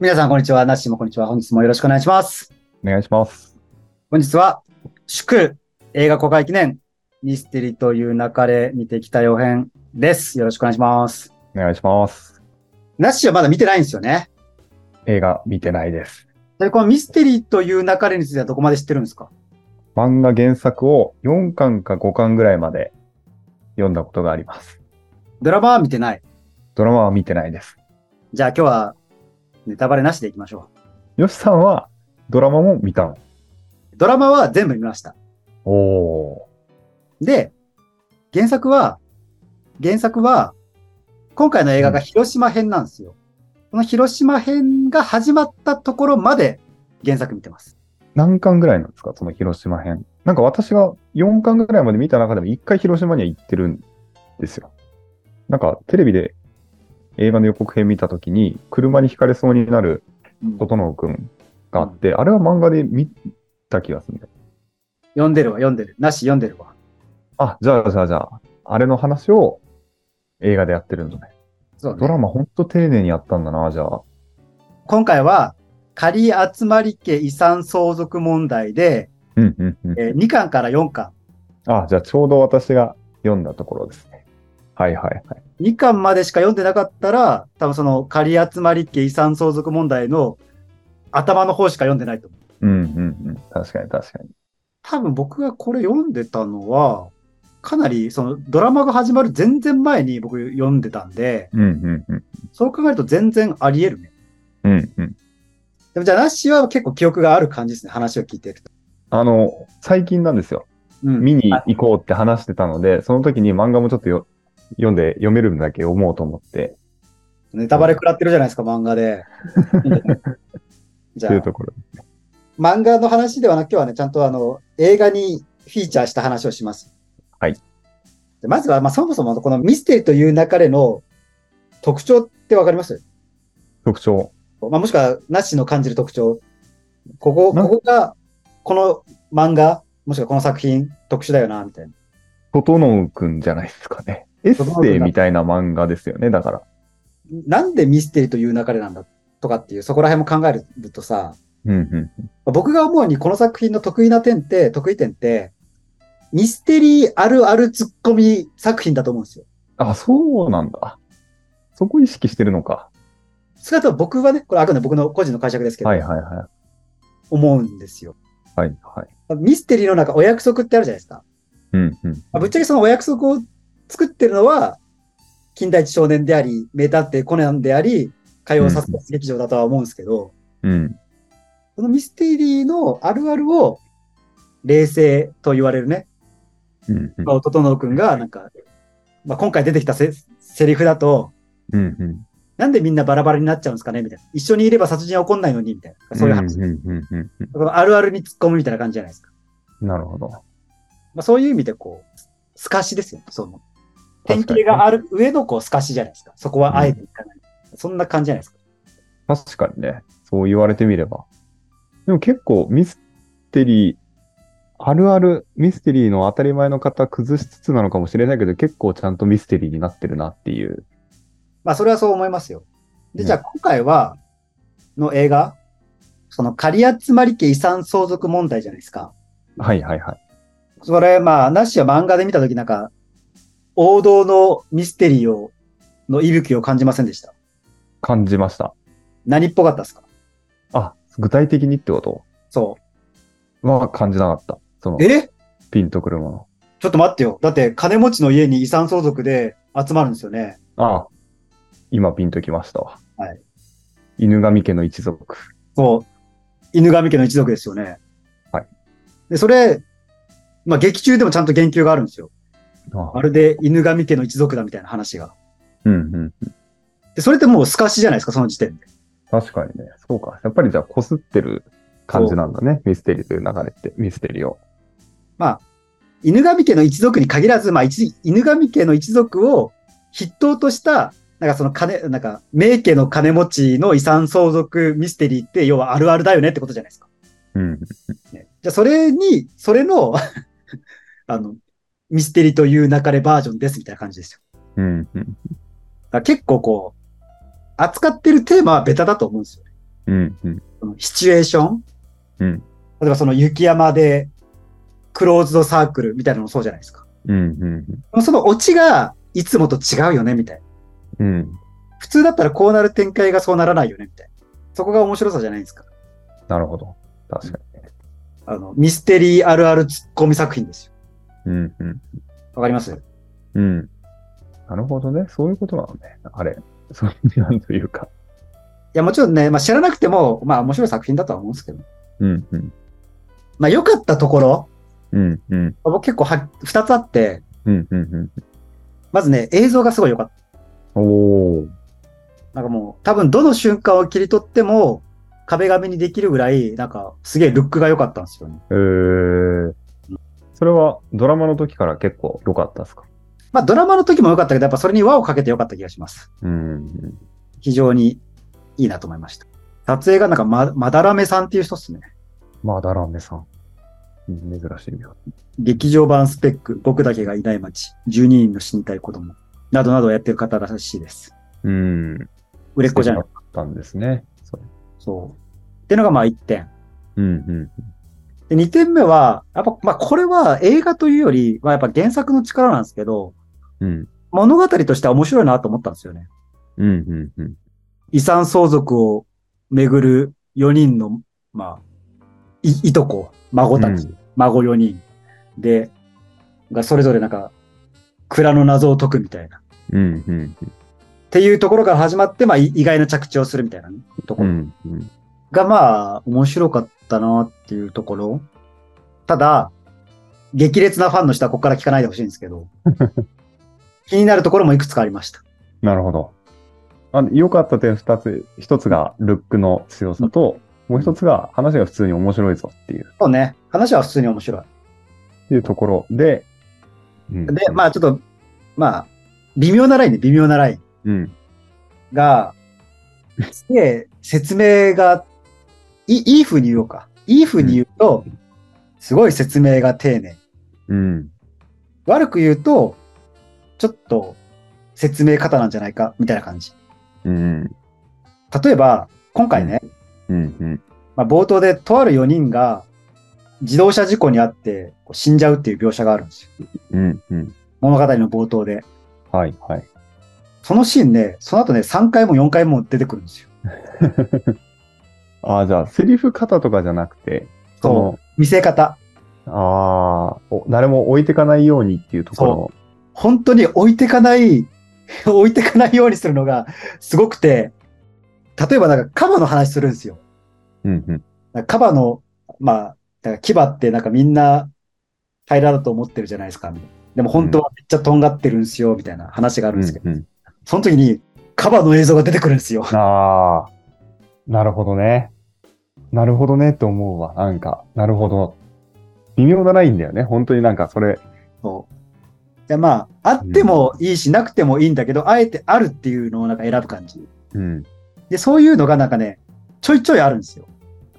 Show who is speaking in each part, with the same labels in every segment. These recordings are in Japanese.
Speaker 1: 皆さん、こんにちは。なっしーもこんにちは。本日もよろしくお願いします。
Speaker 2: お願いします。
Speaker 1: 本日は、祝映画公開記念、ミステリという流れ見てきた予編です。よろしくお願いします。
Speaker 2: お願いします。
Speaker 1: なっしーはまだ見てないんですよね。
Speaker 2: 映画見てないです。
Speaker 1: で、このミステリという流れについてはどこまで知ってるんですか
Speaker 2: 漫画原作を4巻か5巻ぐらいまで読んだことがあります。
Speaker 1: ドラマは見てない。
Speaker 2: ドラマは見てないです。
Speaker 1: じゃあ今日は、ネタバレなしでいきましょ
Speaker 2: よしさんはドラマも見たの
Speaker 1: う。ドラマは全部見ました。
Speaker 2: お
Speaker 1: で、原作は、原作は、今回の映画が広島編なんですよ。この広島編が始まったところまで原作見てます。
Speaker 2: 何巻ぐらいなんですかその広島編。なんか私が4巻ぐらいまで見た中でも1回広島には行ってるんですよ。なんかテレビで映画の予告編見たときに車にひかれそうになる整野くんがあって、あれは漫画で見た気がするんだよ
Speaker 1: 読んでるわ、読んでる。なし読んでるわ。
Speaker 2: あ、じゃあじゃあじゃあ、あれの話を映画でやってるんだね。
Speaker 1: そうね
Speaker 2: ドラマほんと丁寧にやったんだな、じゃあ。
Speaker 1: 今回は、仮集まり家遺産相続問題で、
Speaker 2: うんうんうん。
Speaker 1: え2巻から4巻。
Speaker 2: あ、じゃあちょうど私が読んだところですね。はいはいはい。
Speaker 1: 2巻までしか読んでなかったら、多分その仮集まり家遺産相続問題の頭の方しか読んでないと思う。
Speaker 2: うんうんうん。確かに確かに。
Speaker 1: 多分僕がこれ読んでたのは、かなりそのドラマが始まる全然前に僕読んでたんで、
Speaker 2: うんうんうん。
Speaker 1: そう考えると全然あり得るね。
Speaker 2: うんうん。
Speaker 1: でもじゃあ、ナッシーは結構記憶がある感じですね。話を聞いてると。
Speaker 2: あの、最近なんですよ。
Speaker 1: うん
Speaker 2: 見に行こうって話してたので、その時に漫画もちょっとよ読んで、読めるんだけ読もうと思って、
Speaker 1: ネタバレ食らってるじゃないですか、漫画で。じ
Speaker 2: と
Speaker 1: ゃ
Speaker 2: いう
Speaker 1: あ、
Speaker 2: ところ。
Speaker 1: 漫画の話ではなく、今日はね、ちゃんとあの、映画にフィーチャーした話をします。
Speaker 2: はい
Speaker 1: で。まずは、まあ、そもそもこのミステリという中での特徴ってわかります
Speaker 2: 特徴。
Speaker 1: まあ、もしくは、なしの感じる特徴。ここ、
Speaker 2: な
Speaker 1: ここが、この漫画、もしくはこの作品、特殊だよな、みたいな。
Speaker 2: 整くんじゃないですかね。エッセイみたいな漫画ですよね、だから。
Speaker 1: なんでミステリという流れなんだとかっていう、そこら辺も考えるとさ、
Speaker 2: うんうん。
Speaker 1: 僕が思うにこの作品の得意な点って、得意点って、ミステリーあるあるツッコミ作品だと思うんですよ。
Speaker 2: あ、そうなんだ。そこ意識してるのか。
Speaker 1: 少なくとも僕はね、これあくまで僕の個人の解釈ですけど、
Speaker 2: はいはいはい。
Speaker 1: 思うんですよ。
Speaker 2: はいはい。
Speaker 1: ミステリーの中、お約束ってあるじゃないですか。
Speaker 2: うんうん。
Speaker 1: まあぶっちゃけそのお約束を作ってるのは、近代一少年であり、名探偵コナンであり、火曜サスペンス劇場だとは思うんですけど、
Speaker 2: うん。
Speaker 1: このミステリーのあるあるを、冷静と言われるね、
Speaker 2: うんうん
Speaker 1: まあ、おととのくんが、なんか、まあ、今回出てきたセセリフだと、
Speaker 2: うんうん。
Speaker 1: なんでみんなバラバラになっちゃうんですかねみたいな。一緒にいれば殺人は起こんないのに、みたいな。そういう話。
Speaker 2: うんうんうんうん
Speaker 1: このあるあるに突っ込むみたいな感じじゃないですか。
Speaker 2: うん。なるほど。
Speaker 1: まあ、そういう意味で、こう、透かしですよ。その、典
Speaker 2: 確かに
Speaker 1: 型がある上のこう透かしじゃないですか。そこはあえていかない。そんな感じじゃないですか。
Speaker 2: 確かにね。そう言われてみれば。でも結構ミステリー、あるあるミステリーの当たり前の方崩しつつなのかもしれないけど、結構ちゃんとミステリーになってるなっていう。
Speaker 1: まあ、それはそう思いますよ。で、
Speaker 2: うん
Speaker 1: じゃあ今回は、の映画、その仮集まり家遺産相続問題じゃないですか。
Speaker 2: はいはいはい。
Speaker 1: それ、まあ、ナッシュは漫画で見たときなんか、王道のミステリーを、の息吹を感じませんでした。
Speaker 2: 感じました。
Speaker 1: 何っぽかったですか
Speaker 2: あ、具体的にってこと
Speaker 1: そ
Speaker 2: は感じなかった。その
Speaker 1: う。、え
Speaker 2: ピンとくるもの。
Speaker 1: ちょっと待ってよ。だって金持ちの家に遺産相続で集まるんですよね。
Speaker 2: ああ、今ピンときましたわ。
Speaker 1: はい。
Speaker 2: 犬神家の一族。
Speaker 1: そう。犬神家の一族ですよね。
Speaker 2: はい。
Speaker 1: で、それ、まあ劇中でもちゃんと言及があるんですよ。
Speaker 2: あ
Speaker 1: まるで犬神家の一族だみたいな話が。
Speaker 2: うんうん。
Speaker 1: で、それってもう透かしじゃないですか、その時点で。
Speaker 2: 確かにね。そうか。やっぱりじゃあ、こすってる感じなんだね。ミステリーという流れって、ミステリーを。
Speaker 1: 犬神家の一族に限らず、まあ一、犬神家の一族を筆頭とした、なんかその金、なんか、名家の金持ちの遺産相続ミステリーって、要はあるあるだよねってことじゃないですか。
Speaker 2: うん。
Speaker 1: ねじゃあ、それに、それの、 あの、ミステリーという流れバージョンですみたいな感じですよ。
Speaker 2: うんう
Speaker 1: だ
Speaker 2: ん。
Speaker 1: から結構こう、扱ってるテーマはベタだと思うんですよね。
Speaker 2: うん、うん、
Speaker 1: そのシチュエーション、
Speaker 2: うん
Speaker 1: 例えばその雪山でクローズドサークルみたいなのもそうじゃないですか。
Speaker 2: うん、うん、
Speaker 1: そのオチがいつもと違うよねみたいな。
Speaker 2: うん。
Speaker 1: 普通だったらこうなる展開がそうならないよねみたいな。そこが面白さじゃないですか。
Speaker 2: なるほど。確か
Speaker 1: あの、ミステリーあるあるツッコミ作品ですよ。
Speaker 2: に。うん、うん、
Speaker 1: わかります
Speaker 2: うん。なるほどね。そういうことなのね。あれ。そういう、なんというか。
Speaker 1: いや、もちろんね、まあ、知らなくても、まあ、面白い作品だとは思うんですけど。
Speaker 2: うん、うん、
Speaker 1: まあ、良かったところ、
Speaker 2: うん、うん、
Speaker 1: 僕結構は、二つあって、
Speaker 2: うん、うん、
Speaker 1: まずね、映像がすごい良かった。
Speaker 2: うん。おー。
Speaker 1: なんかもう、多分どの瞬間を切り取っても、壁紙にできるぐらい、なんか、すげえルックが良かったんですよね。
Speaker 2: えー。それはドラマの時から結構良かったですか
Speaker 1: まあ、ドラマの時も良かったけど、やっぱそれに輪をかけて良かった気がします。
Speaker 2: うん、
Speaker 1: 非常にいいなと思いました。撮影がなんか、ま、まだらめさんっていう人っすね。
Speaker 2: まだらめさん。うん珍しいよ。
Speaker 1: 劇場版スペック、僕だけがいない街、12人の死にたい子供、などなどをやってる方らしいです。
Speaker 2: うん。
Speaker 1: 売れっ子じゃない
Speaker 2: だったんですね。そう
Speaker 1: そう。っていうのがまあ1点。
Speaker 2: うんうん。
Speaker 1: で2点目は、やっぱ、まあこれは映画というより、まあやっぱ原作の力なんですけど、
Speaker 2: うん。
Speaker 1: 物語としては面白いなと思ったんですよね。
Speaker 2: うんうんうん。
Speaker 1: 遺産相続をめぐる4人の、まあ、いいとこ、孫たち、
Speaker 2: う
Speaker 1: 孫4人で、がそれぞれなんか、蔵の謎を解くみたいな。っ
Speaker 2: うんうん
Speaker 1: ていうところから始まって、まあい意外な着地をするみたいなね、とこ
Speaker 2: う
Speaker 1: ろ。
Speaker 2: んうん。
Speaker 1: がまあ面白かったなっていうところ。ただ、激烈なファンの人はここから聞かないでほしいんですけ ど、気になるところもいくつかありました。
Speaker 2: なるほど。あ良かった点二つ。一つがルックの強さと、もう一つが話が普通に面白いぞっていう
Speaker 1: そうね、話は普通に面白い。
Speaker 2: っていうところで、うん
Speaker 1: で、まあちょっと、まあ、微妙なラインね、微妙なライン
Speaker 2: うん。
Speaker 1: が、すげえ説明が、いいい風に言おうか。いい風に言うと、すごい説明が丁寧。
Speaker 2: うん。
Speaker 1: 悪く言うと、ちょっと説明方なんじゃないか、みたいな感じ。
Speaker 2: うん。
Speaker 1: 例えば、今回ね、
Speaker 2: うんうん。
Speaker 1: まあ、冒頭でとある4人が自動車事故に遭ってこう死んじゃうっていう描写があるんですよ。
Speaker 2: うんうん。
Speaker 1: 物語の冒頭で。
Speaker 2: はいはい。
Speaker 1: そのシーンね、その後ね、3回も4回も出てくるんですよ。
Speaker 2: ああ、じゃあ、セリフ方とかじゃなくて、
Speaker 1: そう見せ方。
Speaker 2: う。ああ、お誰も置いてかないようにっていうところ
Speaker 1: 本当に置いてかない、 置いてかないようにするのがすごくて、例えばなんかカバの話するんですよ。
Speaker 2: の。うんうん。
Speaker 1: なんかカバの、まあ、だから牙ってなんかみんな平らだと思ってるじゃないですか。でも本当はめっちゃとんがってるんですよ、みたいな話があるんですけど、
Speaker 2: うんうん
Speaker 1: その時にカバの映像が出てくるんですよ。
Speaker 2: ああ、なるほどね。なるほどねって思うわ。なんか、なるほど。微妙なラインだよね。本当になんかそれ。
Speaker 1: そう。で、まあ、あってもいいし、なくてもいいんだけど、あえてあるっていうのをなんか選ぶ感じ。
Speaker 2: うん。
Speaker 1: で、そういうのがなんかね、ちょいちょいあるんですよ。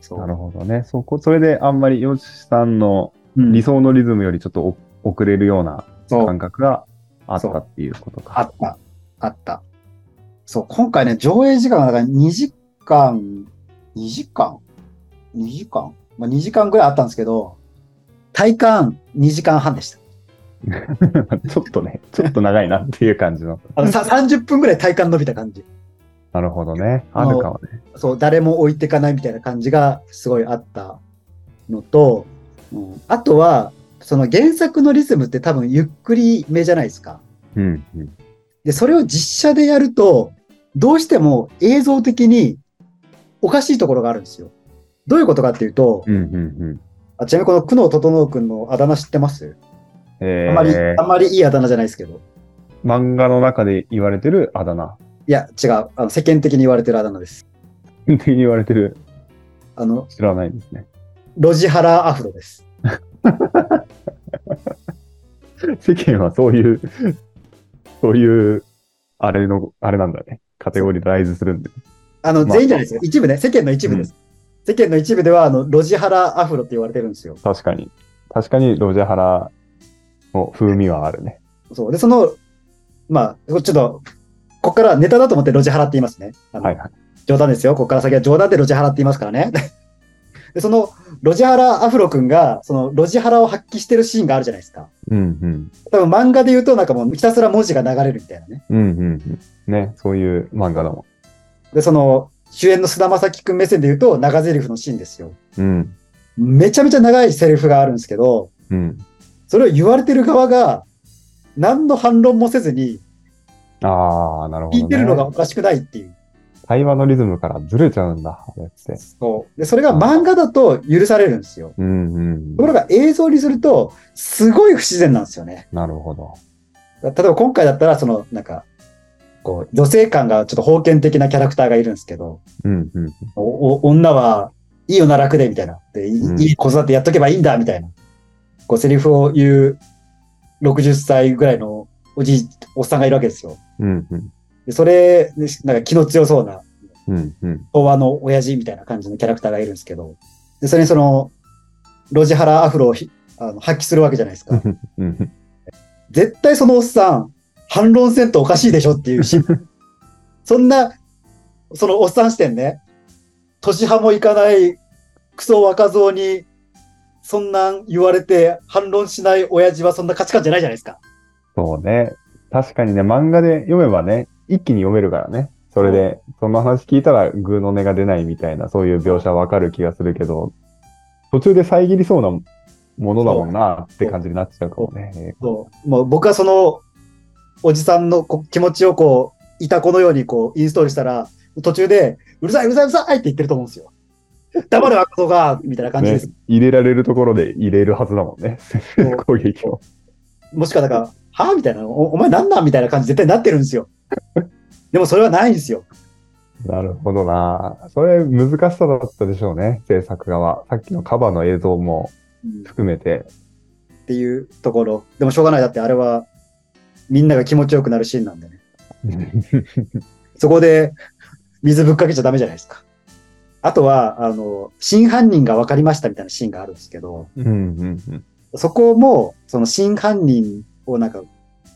Speaker 1: そう。
Speaker 2: なるほどね。そこ、それであんまり、よしさんの
Speaker 1: うん
Speaker 2: 理想のリズムよりちょっとお遅れるような
Speaker 1: そう
Speaker 2: 感。覚があったっていうこと
Speaker 1: あっ
Speaker 2: か。
Speaker 1: た。あった。そう、今回ね、上映時間がなんか2時間、2時間 ?2 時間まあ、2時間ぐらいあったんですけど、体感2時間半でした。
Speaker 2: ちょっとね、ちょっと長いなっていう感じ の。
Speaker 1: あのさ30分ぐらい体感伸びた感じ。
Speaker 2: なるほどね。あるかもね。
Speaker 1: そう、誰も置いてかないみたいな感じがすごいあったのと、うんあとは、その原作のリズムって多分ゆっくりめじゃないですか。
Speaker 2: うん、うん。
Speaker 1: で、それを実写でやると、どうしても映像的におかしいところがあるんですよ。どういうことかっていうと、
Speaker 2: うん、うん、うん。
Speaker 1: あちなみにこの久能整君のあだ名知ってます
Speaker 2: え
Speaker 1: あ
Speaker 2: ー、
Speaker 1: んまり、あんまりいいあだ名じゃないですけど。
Speaker 2: 漫画の中で言われてるあだ名。
Speaker 1: いや、違う。あの世間的に言われてるあだ名です。
Speaker 2: 的に言われてる、
Speaker 1: あの、
Speaker 2: 知らないですね。
Speaker 1: ロジハラアフロです。
Speaker 2: 世間はそういう、 そういう、あれの、あれなんだね。カテゴリーライズするんで。
Speaker 1: あの、
Speaker 2: まあ
Speaker 1: 全員じゃないですよ。一部ね、世間の一部です。世間の一部では、あの、ロジハラアフロって言われてるんですよ。
Speaker 2: 確かに。確かに、ロジャハラの風味はあるね。
Speaker 1: そう。で、その、まあ、ちょっと、ここからはネタだと思ってロジハラって言いますね。あの
Speaker 2: はいはい。
Speaker 1: 冗談ですよ。ここから先は冗談でロジハラって言いますからね。 で、その、ロジハラアフロ君が、その、ロジハラを発揮してるシーンがあるじゃないですか。
Speaker 2: うんうん。
Speaker 1: 多分漫画で言うと、なんかもうひたすら文字が流れるみたいなね。
Speaker 2: うんうんうん。ね、そういう漫画だも
Speaker 1: で、その、主演の菅田将暉君目線で言うと、長台詞のシーンですよ。
Speaker 2: ん。うん。
Speaker 1: めちゃめちゃ長いセリフがあるんですけど、
Speaker 2: うん。
Speaker 1: それを言われてる側が、何の反論もせずに、
Speaker 2: ああ、なるほど、ね。
Speaker 1: 聞いてるのがおかしくないっていう。
Speaker 2: 対話のリズムからずれちゃうんだ、あれって。
Speaker 1: そう。で、それが漫画だと許されるんですよ。
Speaker 2: うんうん。
Speaker 1: ところが映像にすると、すごい不自然なんですよね。
Speaker 2: なるほど。
Speaker 1: 例えば今回だったら、その、なんか、こう、女性感がちょっと封建的なキャラクターがいるんですけど、
Speaker 2: うんうん。
Speaker 1: おお女はいいよな、楽で、みたいな。でいい
Speaker 2: うん
Speaker 1: いい子育てやっとけばいいんだ、みたいな。こう、セリフを言う60歳ぐらいのおじい、おっさんがいるわけですよ。
Speaker 2: うんうん。
Speaker 1: でそれ、ねなんか気の強そうな、
Speaker 2: うんうん。
Speaker 1: 昭和の親父みたいな感じのキャラクターがいるんですけど、でそれにその、ロジハラアフロをひあの発揮するわけじゃないですか。
Speaker 2: うん
Speaker 1: 絶対そのおっさん、反論せんとおかしいでしょっていうし、そんな、そのおっさん視点ね、年派もいかないクソ若造に、そんなん言われて反論しない親父はそんな価値観じゃないじゃないですか。
Speaker 2: そうね。確かにね、漫画で読めばね、一気に読めるからね。それで、その話聞いたら、グーの音が出ないみたいな、そういう描写わかる気がするけど、途中で遮りそうなものだもんなって感じになっちゃうかもね。
Speaker 1: そうもう僕はそのおじさんのこう気持ちをこう、いたこのようにこうインストールしたら、途中で、うるさい、うるさい、うるさいって言ってると思うんですよ。黙れ、若造が、みたいな感じで
Speaker 2: ね
Speaker 1: す。、
Speaker 2: 入れられるところで入れるはずだもんね
Speaker 1: そう、
Speaker 2: 攻撃を。
Speaker 1: もしくはなんか、はぁみたいな、おお前なんなんみたいな感じ絶対なってるんですよ。 でもそれはないんですよ。
Speaker 2: なるほどな。それ難しさだったでしょうね、制作側。さっきのカバーの映像も
Speaker 1: っ
Speaker 2: 含めて。
Speaker 1: ていうところ。でもしょうがない。だってあれは、みんなが気持ちよくなるシーンなんでね。そこで、水ぶっかけちゃダメじゃないですか。あとは、あの、真犯人が分かりましたみたいなシーンがあるんですけど、
Speaker 2: うんうんうん。
Speaker 1: そこも、その真犯人をなんか、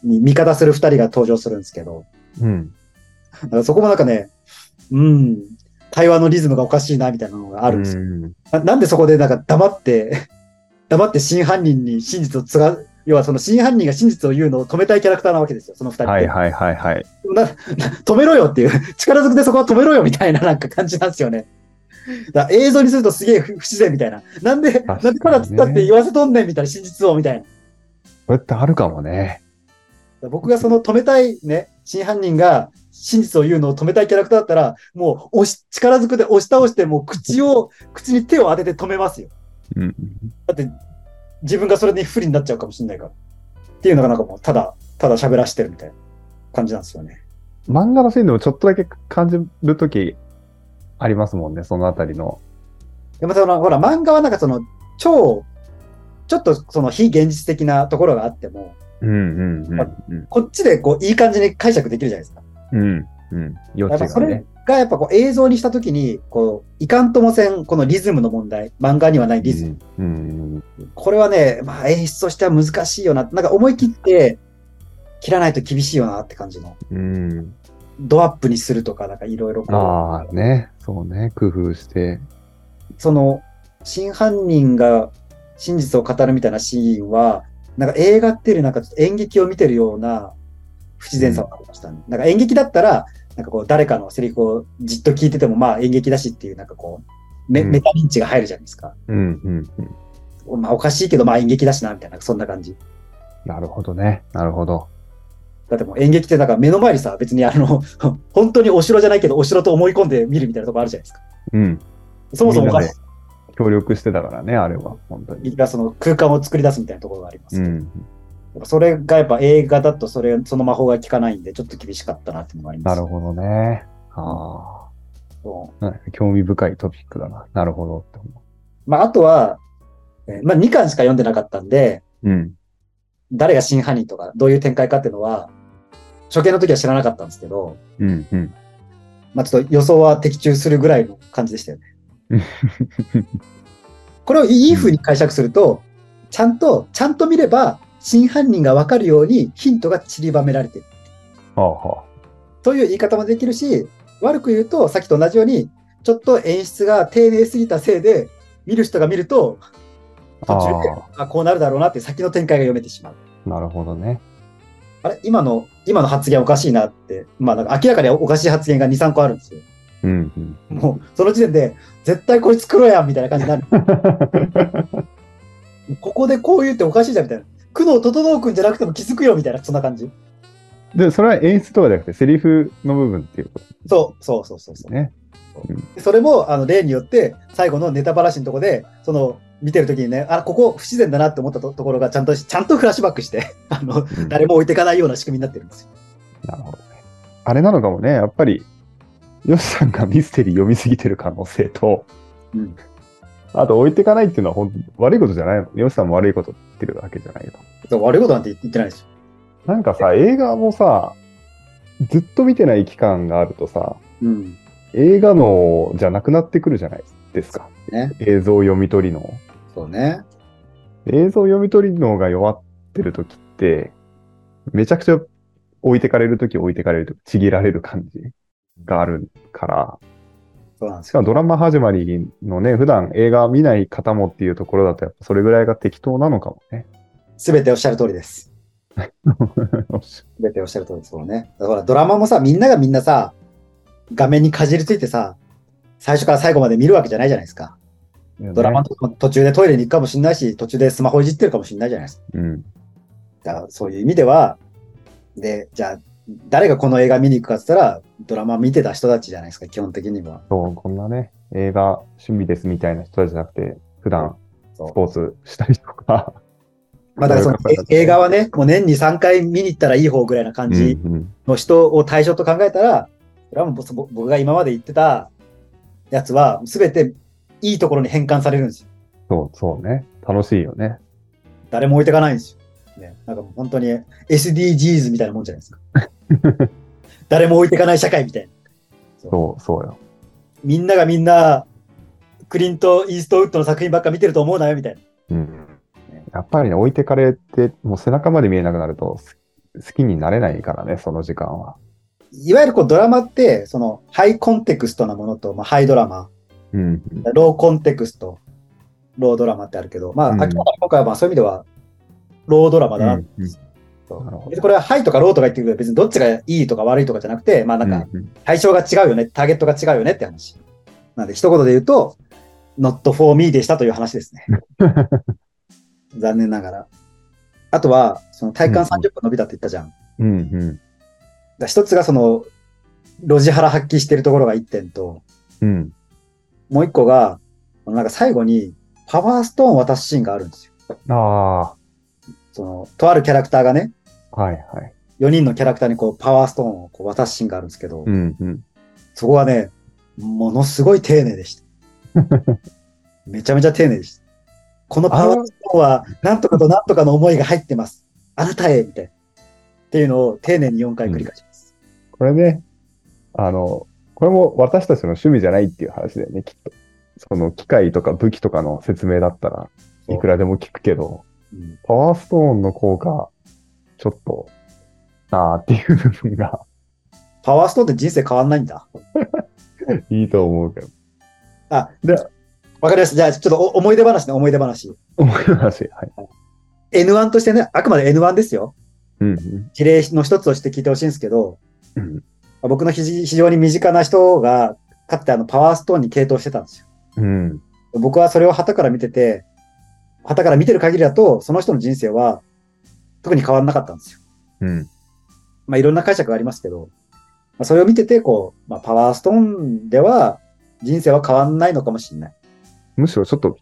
Speaker 1: に味方する二人が登場するんですけど、
Speaker 2: うん。
Speaker 1: だからそこもなんかね、うん、対話のリズムがおかしいなみたいなのがあるんですよ
Speaker 2: うん
Speaker 1: ななんでそこでなんか黙って、 黙って真犯人に真実をつが、要はその真犯人が真実を言うのを止めたいキャラクターなわけですよ、その二人って、
Speaker 2: はいはいはいはい。
Speaker 1: なな止めろよっていう、 力ずくでそこは止めろよみたいななんか感じなんですよね。だから映像にするとすげえ不不自然みたいな。なんで、
Speaker 2: かにね
Speaker 1: なんでからつったって言わせとんねんみたいな真実をみたいな。だか
Speaker 2: これってあるかもね。
Speaker 1: ら僕がその止めたいね、真犯人が真実を言うのを止めたいキャラクターだったら、もう押し力ずくで押し倒して、もう口を、口に手を当てて止めますよ。
Speaker 2: うん。
Speaker 1: だって、自分がそれで不利になっちゃうかもしれないから。っていうのがなんかもう、ただ、ただ喋らしてるみたいな感じなんですよね。
Speaker 2: 漫画のシーンでもちょっとだけ感じるときありますもんね、そのあたりの。
Speaker 1: でもその、ほら、漫画はなんかその、超、ちょっとその非現実的なところがあっても、
Speaker 2: うんうんうん
Speaker 1: こっちでこう、いい感じに解釈できるじゃないですか。
Speaker 2: うん。うんうん。
Speaker 1: やっ
Speaker 2: 余
Speaker 1: ぱ
Speaker 2: 地
Speaker 1: そ
Speaker 2: がね
Speaker 1: れ。がやっぱこう映像にしたときに、こう、いかんともせん、このリズムの問題、漫画にはないリズム
Speaker 2: うん。
Speaker 1: これはね、まあ演出としては難しいよな。なんか思い切って、切らないと厳しいよなって感じの。
Speaker 2: うん。うん
Speaker 1: ドアップにするとか、なんかいろいろこう。
Speaker 2: ああ、ね。そうね。工夫して。
Speaker 1: その真犯人が真実を語るみたいなシーンは、なんか映画っていうよりなんかちょっと演劇を見てるような不自然さがありましたね。なんか演劇だったら、なんかこう誰かのセリフをじっと聞いててもまあ演劇だしっていうなんかこうメ,、
Speaker 2: うん
Speaker 1: メタ認知が入るじゃないですか。
Speaker 2: うんうんうん。
Speaker 1: まあおかしいけどまあ演劇だしなみたいなそんな感じ。
Speaker 2: なるほどね。なるほど。
Speaker 1: だってもう演劇ってなんか目の前にさ別にあの 本当にお城じゃないけどお城と思い込んで見るみたいなとこあるじゃないですか。
Speaker 2: うん。
Speaker 1: そもそもおかしい
Speaker 2: みんな協力してたからね、あれは。本当に。
Speaker 1: がその空間を作り出すみたいなところがありますけ
Speaker 2: う
Speaker 1: ど。
Speaker 2: ん。
Speaker 1: やっぱそれがやっぱ映画だとそれ、その魔法が効かないんで、ちょっと厳しかったなっていうのがありま
Speaker 2: な
Speaker 1: す。
Speaker 2: るほどね。あ
Speaker 1: ど。
Speaker 2: あ。興味深いトピックだな。なるほどって思
Speaker 1: まあ、あとは、えーまあ、2巻しか読んでなかったんで、
Speaker 2: う。うん。
Speaker 1: 誰が真犯人とか、どういう展開かっていうのは、初見の時は知らなかったんですけど、
Speaker 2: うんうん。
Speaker 1: まあ、ちょっと予想は的中するぐらいの感じでしたよ
Speaker 2: うん
Speaker 1: ね。 これをいい風に解釈すると、ちゃんと、ちゃんと見れば、真犯人がわかるようにヒントが散りばめられてる。
Speaker 2: はあはあ。
Speaker 1: という言い方もできるし、悪く言うと、さっきと同じように、ちょっと演出が丁寧すぎたせいで、見る人が見ると、途中で、
Speaker 3: あ
Speaker 1: あこうなるだろうなって先の展開が読めてしまう。
Speaker 3: あ、なるほどね。
Speaker 1: あれ今の、今の発言おかしいなって、まあなんか明らかにおかしい発言が2、3個あるんですよ。
Speaker 3: うん、うん。
Speaker 1: もう、その時点で、絶対こいつ黒やんみたいな感じになる。 ここでこう言っておかしいじゃんみたいな。苦悩整くんじゃなくても気づくよみたいな、そんな感じ。
Speaker 2: で、それは演出とかじゃなくて、セリフの部分っていうことで
Speaker 1: そう、そうそうそう
Speaker 2: す
Speaker 1: そう。
Speaker 2: ね。
Speaker 1: それも、あの、例によって、最後のネタばらしのとこで、その、見てる時にね、あ、ここ不自然だなって思ったとところが、ちゃんとし、ちゃんとフラッシュバックして、 あの、
Speaker 2: うん
Speaker 1: 誰も置いていかないような仕組みになってるんですよ。
Speaker 3: なるほど。
Speaker 2: あれなのかもね、やっぱり、ヨシさんがミステリー読みすぎてる可能性と、
Speaker 1: うん
Speaker 2: あと置いていかないっていうのは本当悪いことじゃないの。ヨシさんも悪いこと言ってるわけじゃないよ。
Speaker 1: そう悪いことなんて言ってないですよ。
Speaker 2: なんかさ、映画もさ、ずっと見てない期間があるとさ、
Speaker 1: うん。
Speaker 2: 映画のじゃなくなってくるじゃないですか。
Speaker 1: ね
Speaker 2: 映像読み取りの。
Speaker 1: そうね。
Speaker 2: 映像読み取りのが弱ってる時って、めちゃくちゃ置いてかれる時置いてかれる時ちぎられる感じがあるから、
Speaker 1: そうなんです
Speaker 2: し
Speaker 1: よ。
Speaker 2: かもドラマ始まりのね、普段映画見ない方もっていうところだと、やっぱそれぐらいが適当なのかも ね。
Speaker 1: すべておっしゃる通りです。すべておっしゃる通りです。そうね。だからドラマもさ、みんながみんなさ、画面にかじりついてさ、最初から最後まで見るわけじゃないじゃないですか。ドラマとかも途中でトイレに行くかもしれないし、途中でスマホいじってるかもしれないじゃないですか。
Speaker 2: うん。
Speaker 1: だからそういう意味では、で、じゃあ、誰がこの映画見に行くかって言ったら、ドラマ見てた人たちじゃないですか、基本的には。
Speaker 2: そう、こんなね、映画趣味ですみたいな人たちじゃなくて、普段
Speaker 1: そう
Speaker 2: スポーツしたりとか。
Speaker 1: まあ、だからその
Speaker 2: そういう方々
Speaker 1: え映画はね、もう年に3回見に行ったらいい方ぐらいな感じ
Speaker 2: うんうん
Speaker 1: の人を対象と考えたら、それはもう僕僕が今まで言ってたやつは、すべていいところに変換されるんですよ。
Speaker 2: そう、そうね。楽しいよね。
Speaker 1: 誰も置いてかないんですよ。ね、なんかもう本当に SDGs みたいなもんじゃないですか。誰も置いてかない社会みたいな。
Speaker 2: そう、そうよ。
Speaker 1: みんながみんな、クリント・イーストウッドの作品ばっか見てると思うなよみたいな。
Speaker 2: うん。やっぱりね、置いてかれて、もう背中まで見えなくなると、す好きになれないからね、その時間は。
Speaker 1: いわゆるこうドラマって、そのハイコンテクストなものと、まあ、ハイドラマ、
Speaker 2: うん。
Speaker 1: ローコンテクスト、ロードラマってあるけど、まあ、
Speaker 2: うん
Speaker 1: 明らかに今回はまあそういう意味では、ロードラマだな
Speaker 2: うん
Speaker 1: と。
Speaker 2: なるほど
Speaker 1: 別にこれはハイとかローとか言ってるけど、別にどっちがいいとか悪いとかじゃなくて、まあなんか
Speaker 2: うん
Speaker 1: 対象が違うよね、ターゲットが違うよねって話。なんで一言で言うと、not for me でしたという話ですね。残念ながら。あとは、その体感30分伸びたって言ったじゃん。だか
Speaker 2: うんうん
Speaker 1: ら一つがその、路地腹発揮してるところが1点と、
Speaker 2: うん。
Speaker 1: もう一個が、なんか最後にパワーストーン渡すシーンがあるんですよ。
Speaker 2: うん。あ
Speaker 1: その、とあるキャラクターがね、
Speaker 2: あ、はいはい。
Speaker 1: 4人のキャラクターにこうパワーストーンをこう渡すシーンがあるんですけど、
Speaker 2: うんうん。
Speaker 1: そこはね、ものすごい丁寧で した。めちゃめちゃ丁寧でした。このパワーストーンは、なんとかとなんとかの思いが入ってます。あなたへみたいな。っていうのを丁寧に4回繰り返します。
Speaker 2: これね、あの、これも私たちの趣味じゃないっていう話だよね、きっと。その機械とか武器とかの説明だったらいくらでも聞くけど、
Speaker 1: うん
Speaker 2: パワーストーンの効果、ちょっと、あーっていう部分が
Speaker 1: パワーストーンって人生変わんないんだ。
Speaker 2: いいと思うけど。
Speaker 1: あ、
Speaker 2: で
Speaker 1: わかりました。じゃあ、ちょっとお思い出話ね、思い出話。
Speaker 2: 思いますよはい。
Speaker 1: N1 としてね、あくまで N1 ですよ。
Speaker 2: うんうん。
Speaker 1: 事例の一つとして聞いてほしいんですけど、
Speaker 2: うん
Speaker 1: 僕の非非常に身近な人が、かつてあのパワーストーンに傾倒してたんですよ。
Speaker 2: うん。
Speaker 1: 僕はそれを旗から見てて、旗から見てる限りだと、その人の人生は特に変わんなかったんですよ。
Speaker 2: うん。
Speaker 1: まあいろんな解釈がありますけど、まあ、それを見てて、こう、まあ、パワーストーンでは人生は変わんないのかもしれない。
Speaker 2: むしろちょっと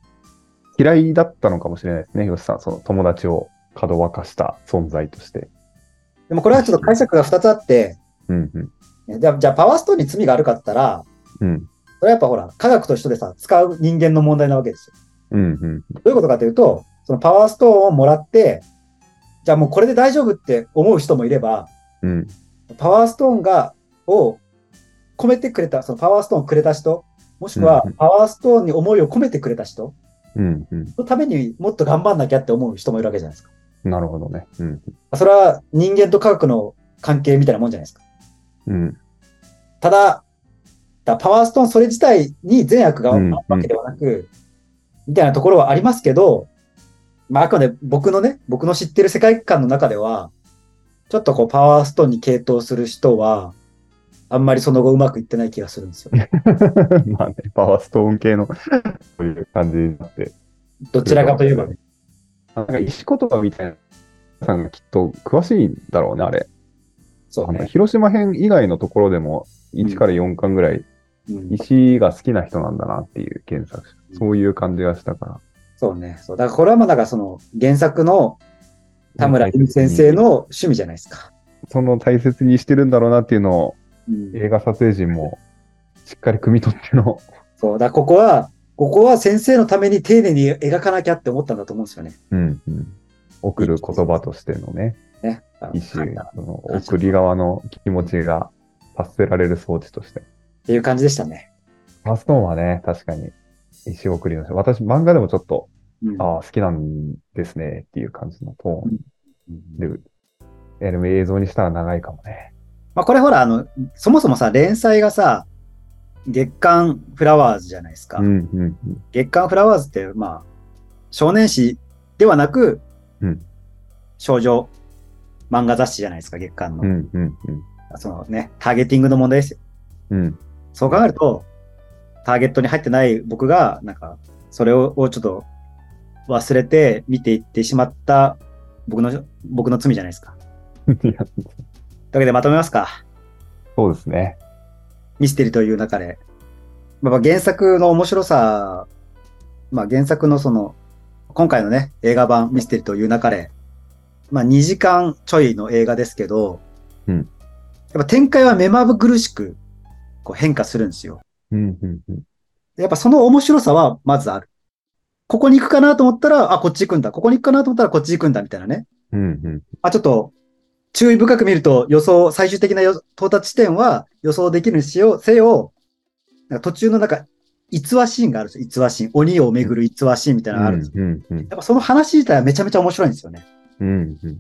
Speaker 2: 嫌いだったのかもしれないですね、ヨシさん。その友達をかどわかした存在として。
Speaker 1: でもこれはちょっと解釈が2つあって、
Speaker 2: うんうん。
Speaker 1: じゃあ、じゃあパワーストーンに罪があるかって言ったら、
Speaker 2: うん。
Speaker 1: それはやっぱほら、科学と一緒でさ、使う人間の問題なわけですよ
Speaker 2: うんうん。
Speaker 1: どういうことかというと、そのパワーストーンをもらって、じゃあもうこれで大丈夫って思う人もいれば、
Speaker 2: うん。
Speaker 1: パワーストーンが、を込めてくれた、そのパワーストーンをくれた人、もしくは
Speaker 2: うんうん
Speaker 1: パワーストーンに思いを込めてくれた人
Speaker 2: うんうん。
Speaker 1: のためにもっと頑張んなきゃって思う人もいるわけじゃないですか。
Speaker 2: なるほどね。うん。
Speaker 1: それは人間と科学の関係みたいなもんじゃないですか。
Speaker 2: うん。
Speaker 1: ただ、だパワーストーンそれ自体に善悪があ
Speaker 3: うん
Speaker 1: るわけではなく、みたいなところはありますけど、まあ、あくまで僕のね、僕の知ってる世界観の中では、ちょっとこうパワーストーンに傾倒する人は、あんまりその後うまくいってない気がするんですよ。
Speaker 2: まあね、パワーストーン系の、 そういう感じになって。
Speaker 1: どちらかといえばね。
Speaker 2: なんか石言葉みたいな、皆さんがきっと詳しいんだろうね、あれ。
Speaker 1: そう
Speaker 2: あの
Speaker 1: ね。
Speaker 2: 広島編以外のところでも、1から4巻ぐらい、
Speaker 1: うん、
Speaker 2: 石が好きな人なんだなっていう原作者
Speaker 1: うん
Speaker 2: そういう感じがしたから。
Speaker 1: そうね。そう。だからこれはまあなんかその原作の田村由美先生の趣味じゃないですか。
Speaker 2: その大切にしてるんだろうなっていうのを、
Speaker 1: うん
Speaker 2: 映画撮影陣もしっかり汲み取っての、
Speaker 1: そう。だからここは、ここは先生のために丁寧に描かなきゃって思ったんだと思うんですよね。
Speaker 2: うんうん送る言葉としてのね、
Speaker 1: ね。あの
Speaker 2: 意思、
Speaker 1: 感謝っ
Speaker 2: その送り側の気持ちが発せられる装置として。
Speaker 1: ていう感じでしたね。
Speaker 2: ファーストーンはね、確かに、石送りの人。私、漫画でもちょっと、
Speaker 1: うん
Speaker 2: ああ、好きなんですね、っていう感じのトーン
Speaker 1: うん
Speaker 2: で、えでも映像にしたら長いかもね。
Speaker 1: まあこれほら、あの、そもそもさ、連載がさ、月刊フラワーズじゃないですか。
Speaker 2: うん、うん、
Speaker 1: 月刊フラワーズって、まあ、少年誌ではなく、
Speaker 2: うん
Speaker 1: 少女漫画雑誌じゃないですか、月刊の。
Speaker 2: うん、うん、うん
Speaker 1: そのね、ターゲティングの問題ですよ。
Speaker 2: うん。
Speaker 1: そう考えると、ターゲットに入ってない僕が、なんか、それををちょっと忘れて見ていってしまった僕の、僕の罪じゃないですか。
Speaker 2: いや
Speaker 1: というわけでまとめますか。
Speaker 2: そうですね。
Speaker 1: ミステリーという中で。まあまあ、原作の面白さ、まあ、原作のその、今回のね、映画版ミステリーという中で、まあ、2時間ちょいの映画ですけど、
Speaker 2: うん
Speaker 1: やっぱ展開は目まぐるしくこう変化するんですよ。
Speaker 2: うん、うん、うん。
Speaker 1: やっぱその面白さはまずある。ここに行くかなと思ったら、あ、こっち行くんだ。ここに行くかなと思ったら、こっち行くんだ、みたいなね。
Speaker 2: うん、うん。
Speaker 1: あ、ちょっと、注意深く見ると予想、最終的な予到達地点は予想できるにしよう、せよ、なんか途中のなんか、逸話シーンがあるんですよ。逸話シーン。鬼を巡る逸話シーンみたいなのがあるんですよ。
Speaker 2: うん、うん、
Speaker 1: やっぱその話自体はめちゃめちゃ面白いんですよね。
Speaker 2: うん、うん。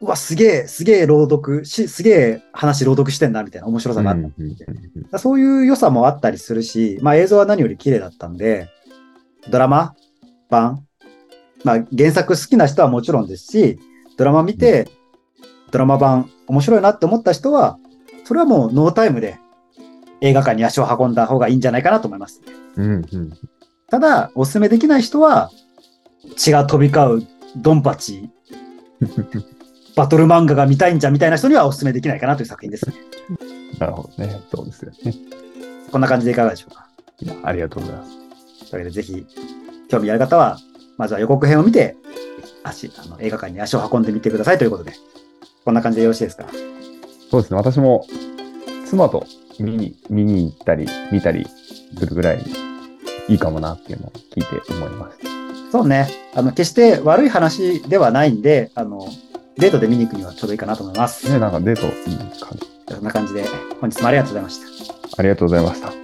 Speaker 1: うわ、すげえ、すげえ朗読し、すげえ話朗読してんな、みたいな面白さがあった。だからそういう良さもあったりするし、まあ映像は何より綺麗だったんで、ドラマ版、まあ原作好きな人はもちろんですし、ドラマ見て、ドラマ版面白いなって思った人は、それはもうノータイムで映画館に足を運んだ方がいいんじゃないかなと思います。
Speaker 2: うん、うん。
Speaker 1: ただ、おすすめできない人は、血が飛び交うドンパチ、バトル漫画が見たいんじゃみたいな人にはおすすめできないかなという作品ですね。
Speaker 2: なるほどね。そうですよね。
Speaker 1: こんな感じでいかがでしょうか
Speaker 2: いやありがとうございます。
Speaker 1: というわけで、ぜひ、興味ある方は、まずは予告編を見て、足、あの映画館に足を運んでみてくださいということで、こんな感じでよろしいですか。
Speaker 2: そうですね。私も、妻と見に、見に行ったり、見たりするぐらい、いいかもなっていうのを聞いて思いました。
Speaker 1: そうね。あの、決して悪い話ではないんで、あの、デートで見に行くにはちょうどいいかなと思います。
Speaker 2: ね、なんかデートいい感じ。
Speaker 1: そんな感じで、本日もありがとうございました。
Speaker 2: ありがとうございました。